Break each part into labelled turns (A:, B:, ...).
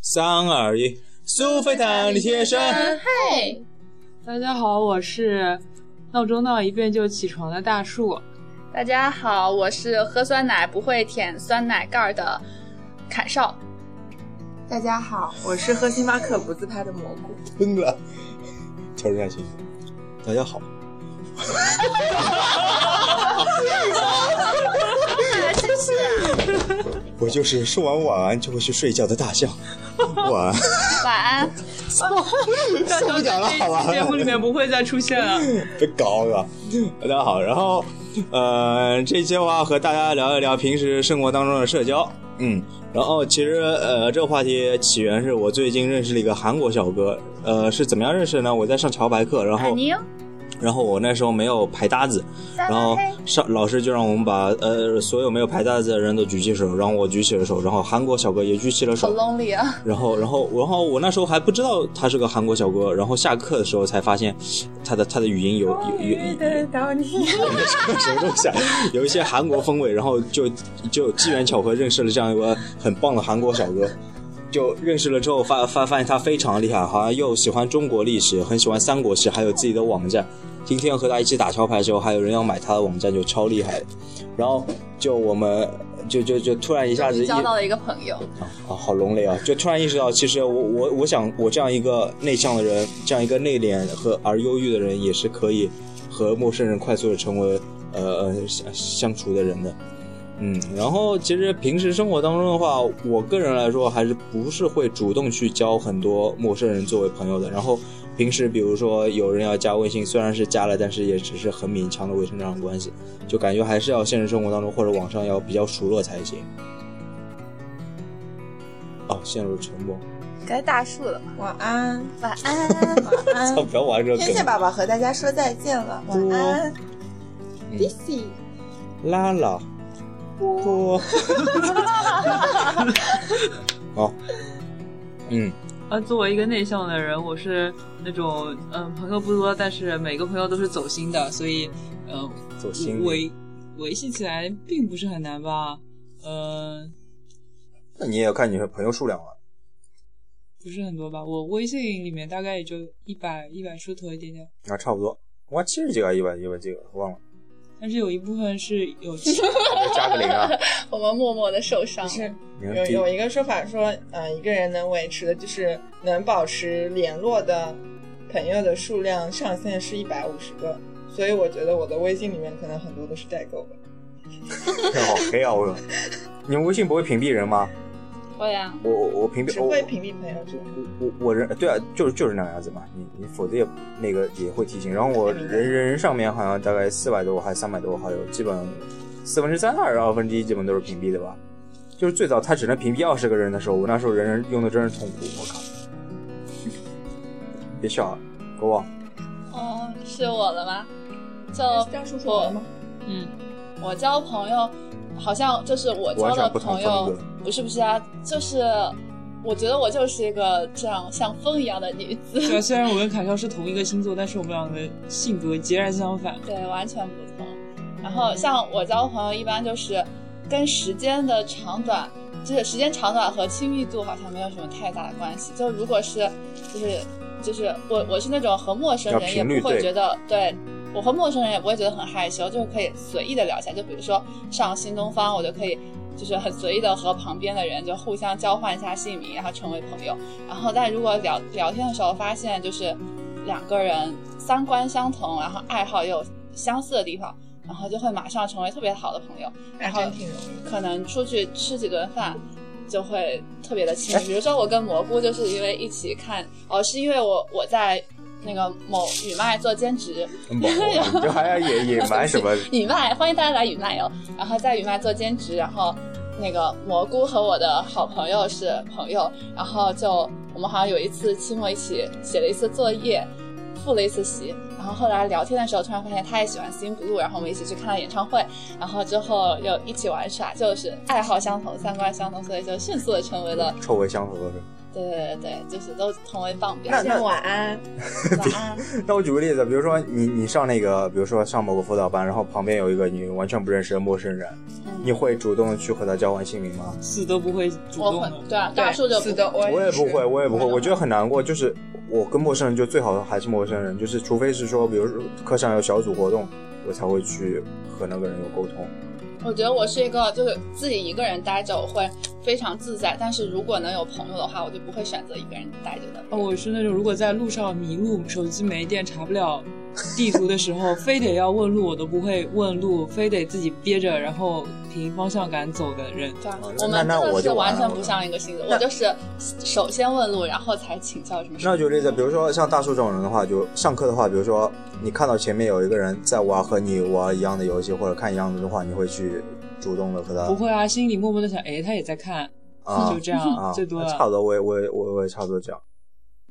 A: 三二一，苏菲塔利先生，
B: 嘿，
C: 大家好，我是闹钟闹一遍就起床的大树。
B: 大家好，我是喝酸奶不会舔酸奶盖儿的侃少。
D: 大家好，我是喝星巴克不自拍的蘑 菇。
A: 崩了，乔治亚星，大家好， 我就是说完晚安就会去睡觉的大 象，晚安，
B: 晚安。
A: 不讲了好吧
C: 这期节目里面不会再出现了。
A: 别搞我，大家好，然后，呃，这期的话和大家聊一聊平时生活当中的社交，嗯，然后其实呃这个话题起源是我最近认识了一个韩国小哥，呃是怎么样认识的呢？我在上桥牌课，然
B: 安
A: 后
B: 宁，
A: 然后我那时候没有排搭子，
B: 三
A: 然后
B: 嘿，
A: 上老师就让我们把呃所有没有排搭子的人都举起手，然后我举起了手，然后韩国小哥也举起了
B: 好
A: 手，
B: lonely 啊！
A: 然后然后然后我那时候还不知道他是个韩国小哥，然后下课的时候才发现他的他的语音有有有有
D: 到你，
A: 什么东西啊，有一些韩国风味，然后就就机缘巧合认识了这样一个很棒的韩国小哥。就认识了之后发发发现他非常厉害，好像又喜欢中国历史，很喜欢三国史，还有自己的网站。今天和他一起打桥牌的时候，还有人要买他的网站，就超厉害的。然后就我们就就就突然一下子一
B: 交到了一个朋友，
A: 啊，好龙雷啊！就突然意识到，其实我我我想，我这样一个内向的人，这样一个内敛和而忧郁的人，也是可以和陌生人快速的成为呃呃相相处的人的。嗯，然后其实平时生活当中的话，我个人来说还是不是会主动去交很多陌生人作为朋友的。然后平时比如说有人要加微信，虽然是加了，但是也只是很勉强的维持这样的关系，就感觉还是要现实生活当中或者网上要比较熟络才行。哦，陷入沉默。
B: 该大树了嘛。
D: 晚安，
B: 晚安，
D: 晚 安
A: 操，。不要玩这个
D: 天线
A: 梗。
D: 宝宝和大家说再见了，晚安
A: 嗯
D: ，Dizzy。
A: 拉拉， 波。好，嗯，
C: 呃，作为一个内向的人，我是那种嗯朋友不多，但是每个朋友都是走心的，所以嗯、
A: 走
C: 呃、
A: 心里。
C: 维维系起来并不是很难吧？嗯、
A: 那你也要看你的朋友数量啊。
C: 不是很多吧？我微信里面大概也就一百一百出头一点点，
A: 啊，差不多。哇，七十几个，一百一百几个，忘了，
C: 但是有一部分是有亲
A: 再加个零 啊。
B: 我们默默的受伤
D: 不
B: 了。
D: 是
B: 嗯
A: 牛
D: 有
A: 逼
D: 有一个说法说，呃，一个人能维持的就是能保持联络的朋友的数量上限是一百五十个，所以我觉得我的微信里面可能很多都是代购吧。
A: 好黑啊！我，你们微信不会屏蔽人吗？
B: 会啊，
A: 我我我屏蔽，哦
D: 只
A: 我
D: 会屏蔽朋友圈。
A: 我我我人对啊，就是就是那样子嘛，你你否则也那个也会提醒。然后我人人人上面好像大概四百多还是三百多好友，基本四分之三还是二分之一基本都是屏蔽的吧。就是最早它只能屏蔽二十个人的时候，我那时候人人用的真是痛苦，我靠！别笑啊，国王，
B: 哦，是我的吗？就
D: 大叔说完了吗？
C: 嗯，
B: 我交朋友，好像就是我
A: 完
B: 交
A: 全
B: 的
A: 不同风
B: 朋友
A: 格，
B: 不是不是啊，就是我觉得我就是一个这样像风一样的女子，
C: 对，虽然我跟凯少是同一个星座，但是我们两个性格截然相反。
B: 对，完全不同。然后像我交朋友，一般就是跟时间的长短，就是时间长短和亲密度好像没有什么太大的关系。就如果是，就是就是我我是那种和陌生
A: 要
B: 人
A: 频
B: 也
A: 率
B: 不
A: 对
B: 会觉得对。我和陌生人也不会觉得很害羞，就是可以随意的聊起来。就比如说上新东方，我就可以就是很随意的和旁边的人就互相交换一下姓名，然后成为朋友。然后，但如果聊聊天的时候发现，就是两个人三观相同，然后爱好也有相似的地方，然后就会马上成为特别好的朋友。
D: 那
B: 然后
D: 真挺容易的。
B: 可能出去吃几顿饭，就会特别的亲密。比如说我跟蘑菇就是因为一起看，哦，是因为我我在那个某语麦做兼职，
A: 你这还要野野蛮 什么？
B: 语麦，欢迎大家来语麦哟。然后在语麦做兼职，然后那个蘑菇和我的好朋友是朋友，然后就我们好像有一次期末一起写了一次作业，复了一次习。然后后来聊天的时候，突然发现他也喜欢 Sing Blue，然后我们一起去看了演唱会，然后之后又一起玩耍，就是爱好相同，三观相同，所以就迅速的成为了
A: 臭味相投的，
B: 对对对对，就是都同为棒表
A: 那。
D: 先晚安，
B: 晚安，
A: 那我举个例子，比如说你你上那个，比如说上某个辅导班，然后旁边有一个你完全不认识的陌生人，
B: 嗯
A: 你会主动的去和他交换姓名吗？
C: 死都不会主
B: 我
C: 动
B: 会
C: 的。
B: 对啊，大数就不
D: 是的，我
A: 我也不
D: 是
A: 会，我也不会，
B: 我也不会
A: 我觉得很难过。就是我跟陌生人就最好的还是陌生人，就是除非是说，比如说课上有小组活动，我才会去和那个人有沟通。
B: 我觉得我是一个就是自己一个人待着我会非常自在，但是如果能有朋友的话，我就不会选择一个人待着的。
C: 哦，我是那种如果在路上迷路，手机没电查不了地图的时候，非得要问路，我都不会问路，非得自己憋着，然后凭方向感走的人。
B: 对啊
A: 哦，那
B: 我们
A: 那
B: 真
A: 我
B: 的
A: 就是完
B: 完全
A: 了
B: 不像一个星座，
A: 那
B: 我就是首先问路，然后才请教什么事。
A: 那我举个例子，比如说像大树这种人的话，就上课的话，比如说你看到前面有一个人在玩和你玩一样的游戏或者看一样的动画，你会去主动的和他
C: 不会啊，心里默默的想，哎，他也在看，
A: 啊
C: 就这样，
A: 啊，
C: 最多了。
A: 差不多，我也我也我也我也差不多这样。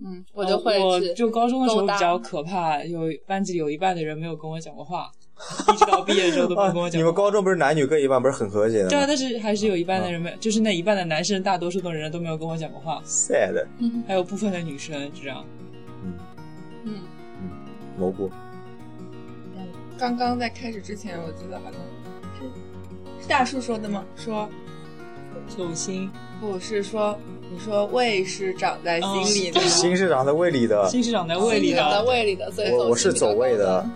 B: 嗯，我就会
C: 哦我
B: 是
C: 就高中的时候
B: 勾搭
C: 比较可怕，有班级有一半的人没有跟我讲过话，一直到毕业的时候都没有
A: 啊
C: 跟我，讲
A: 你
C: 过
A: 们
C: 话。
A: 高中不是男女各一半，不是很和谐的
C: 对啊，
A: 吗嗯
C: 但是还是有一半的人没有，就是那一半的男生，大多数的人都没有跟我讲过话，
A: ？sad，
B: 嗯
C: 还有部分的女生这样。
A: 嗯，
B: 嗯，
A: 蘑菇，
D: 嗯刚刚在开始之前，我记得好像是是大树说的吗？说
C: 走心，
D: 不是说你说胃是长在心里的吗，
A: 心是长在胃里的，
C: 心是长在胃里
B: 长在
C: 的。
B: 胃里的，所以
A: 我我是
B: 心比较
A: 走胃
B: 高
A: 的，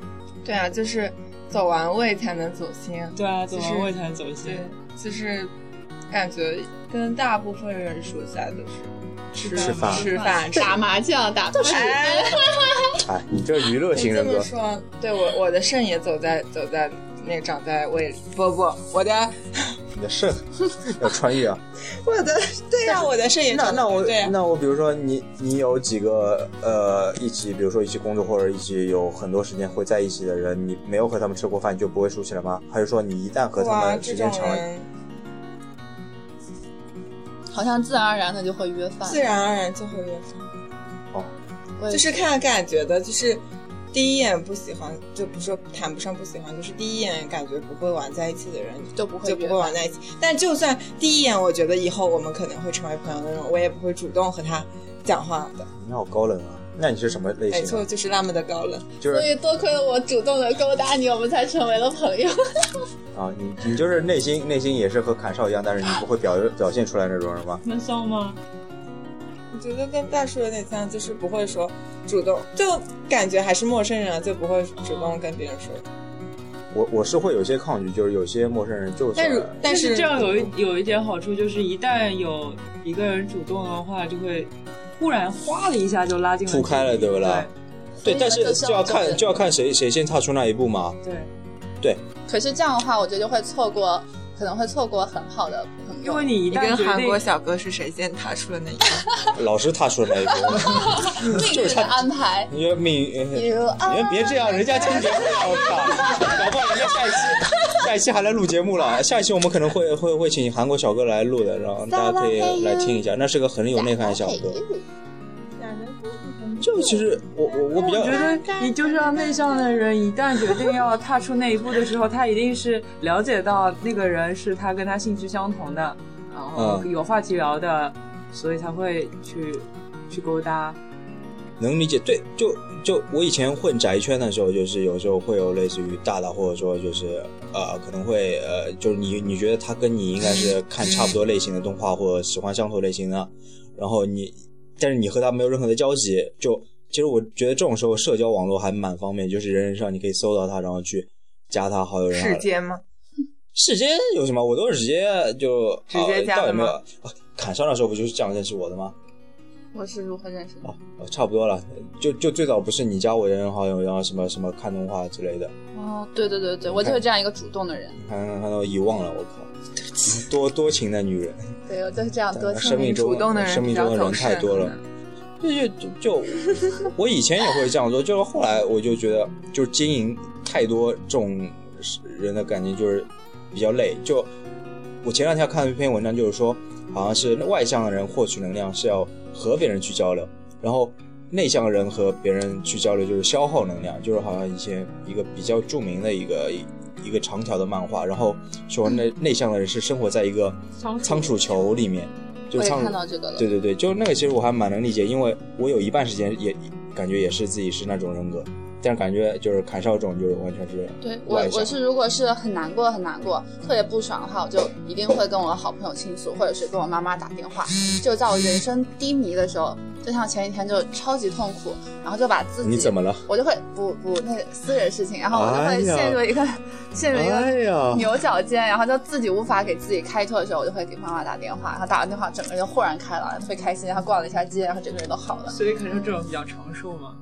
D: 对啊，就是走完胃才能走心啊。
C: 对啊，走
D: 就是
C: 完胃才能走心
D: 对。，就是感觉跟大部分人说起来都是
A: 吃饭
D: 吃饭，吃
B: 打麻将打牌，
D: 哎
A: 哎，你这娱乐型
D: 你这
A: 人格
D: 么，说，对我我的肾也走在走在那个长在胃里，不不，我的
A: 你的肾要穿 越啊。
D: 我的对呀、我的肾也
A: 那
D: 长在
A: 那我
D: 对呀、啊
A: 那我比如说你你有几个呃一起，比如说一起工作或者一起有很多时间会在一起的人，你没有和他们吃过饭，你就不会熟悉了吗？还是说你一旦和他
D: 哇，
A: 们时
D: 这
A: 间
D: 种
A: 长了，
D: 人
B: 好像自然而然的就会约饭
D: 自。然而然就会约饭，
B: 我也
D: 就是看感觉的，就是。第一眼不喜欢，就不是谈不上不喜欢，就是第一眼感觉不会玩在一起的人，
B: 就不会
D: 就不会玩在一起。但就算第一眼，我觉得以后我们可能会成为朋友那种，我也不会主动和他讲话的。
A: 你好高冷啊？那你是什么类
D: 没
A: 型
D: 错，
A: 的？
D: 就是那么的高冷。
A: 就
B: 所
A: 是
B: 以多亏了我主动的勾搭你，我们才成为了朋友。
A: 啊，你你就是内心内心也是和砍少一样，但是你不会表 表现出来那种人吗？
C: 能笑吗？
D: 我觉得跟大叔有点像，就是不会说主动，就感觉还是陌生人啊，就不会主动跟别人说。
A: 我我是会有些抗拒，就是有些陌生人就是
D: 但是但
C: 是
D: 是
C: 这样有一有一点好处，就是一旦有一个人主动的话，就会忽然哗的一下就拉近了距离，
A: 铺开了对不啦对，但是就要看就要看谁谁先踏出那一步嘛。
C: 对对，
B: 可是这样的话，我觉得就会错过，可能会错过很好的朋
C: 因
B: 友
C: 为。你一旦决定
D: 小哥是谁先踏出了那一步？
A: 老师踏出了那 一步，
B: 命运的安排。啊
A: 你说命运。呃
B: You
A: 别
B: are
A: 别这样，人家听节目了，我靠！搞不好人家下一期，下一期还来录节目了。下一期我们可能会会会请韩国小哥来录的，然后大家可以来听一下。那是个很有内涵的小哥。就其实我我我比较
C: 我觉得你就是要内向的人，一旦决定要踏出那一步的时候，他一定是了解到那个人是他跟他兴趣相同的，然后
A: 嗯
C: 有话题聊的，所以才会去去勾搭。
A: 能理解，对，就就我以前混宅圈的时候，就是有时候会有类似于大大，或者说就是呃，可能会呃，就是你你觉得他跟你应该是看差不多类型的动画或者喜欢相同类型的，然后你但是你和他没有任何的交集，就其实我觉得这种时候社交网络还蛮方便，就是人人上你可以搜到他，然后去加他好友，然后
D: 世间吗？
A: 世间有什么？我都是直接就
D: 直接加
A: 啊、倒也
D: 的
A: 没
D: 吗
A: 有。啊砍伤的时候不就是这样认识我的吗？
B: 我是如何认识你？
A: 呃，差不多了，就就最早不是你加我人人好友，然后什么什么看动画之类的，
B: 哦，对对对对，我就是这样一个主动的人，
A: 看看到遗忘了，我靠，多多情的女人，
B: 对我就是这样多情
A: 生命中
D: 主动的人
A: 生命中的人太多了
D: 比较走，啊
A: 对 就就就我以前也会这样做，就是后来我就觉得，就是经营太多这种人的感情就是比较累。就我前两天看了一篇文章，就是说好像是外向的人获取能量是要和别人去交流，然后内向的人和别人去交流就是消耗能量，就是好像以前一个比较著名的一个一个
D: 嗯
A: 长条的漫画，然后说内内向的人是生活在一个
C: 仓
A: 仓鼠球里面，就
B: 我也
A: 苍
B: 看
A: 蝇。
B: 到这个了。
A: 对对对，就是那个，其实我还蛮能理解，因为我有一半时间也感觉也是自己是那种人格，但是感觉就是砍少种就是完全是
B: 对我
A: 外向
B: 我是如果是很难过很难过，特别不爽的话，我就一定会跟我好朋友倾诉，或者是跟我妈妈打电话。就在我人生低迷的时候，就像前几天就超级痛苦，然后就把自己
A: 你怎么了？
B: 我就会不不那个私人事情，然后我就
A: 哎
B: 会
A: 呀
B: 陷入一个、陷入一个
A: 呀
B: 牛角尖，然后就自己无法给自己开脱的时候，我就会给妈妈打电话，然后打完电话整个人就豁然开朗，特别开心，然后逛了一下街，然后整个人都好了。
C: 所以可能这种比较长寿嘛。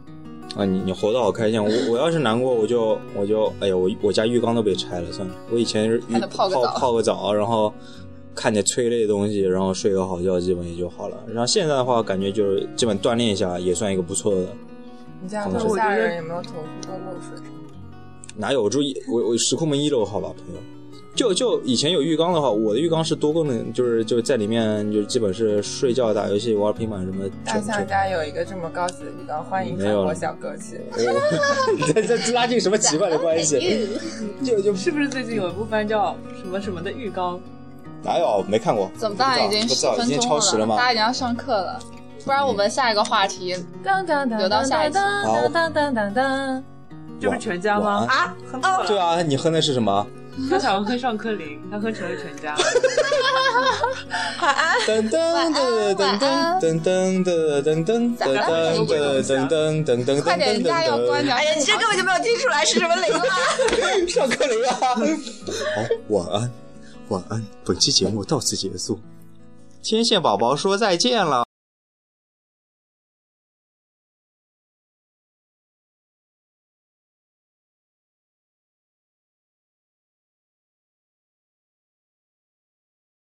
A: 啊，你你活得好开心！我我要是难过，我就我就哎呀，我我家浴缸都被拆了，算了。我以前是浴
B: 还得泡个
A: 泡
B: 澡
A: 泡个澡，然后看点催泪的东西，然后睡个好觉，基本也就好了。然后现在的话，感觉就是基本锻炼一下，也算一个不错的。
D: 你这样
A: 可能
D: 楼
A: 是
D: 下人有没有投诉过漏水？
A: 哪有我住一我我石库门一楼，好吧，朋友。就就以前有浴缸的话，我的浴缸是多功能，就是就是在里面就基本是睡觉、打游戏、玩平板什么。
D: 大
A: 全
D: 象
A: 全
D: 家有一个这么高级的浴缸，欢迎
A: 没
D: 韩
A: 有
D: 国
A: 了
D: 小哥去。
A: 我你 在这拉近什么奇怪的关系？ 就就是
C: 不是最近有一部番叫什么什么的浴缸？
A: 哪有没看过？
B: 怎么办？已经
A: 不
B: 十
A: 知道
B: 分
A: 已经
B: 钟哎
A: 超时了吗
B: 大家已经要上课了，不然我们下一个话题
C: 当当当
B: 留到下一期
A: 好
C: 当当当当当，这不是全家
A: 晚
C: 吗
A: 安？
D: 啊，
C: 喝错了
A: 对啊，你喝那是什 么？
C: 他想要喝上课铃，他喝成了全家。
A: 噔噔噔噔噔噔噔噔噔噔噔噔噔噔噔噔，
B: 快点，人家要关。掉。哎呀，
D: 这根本就没有听出来是什么雷了。
A: 上课铃啊！好，晚安，晚安。本期节目到此结束，天线宝宝说再见了。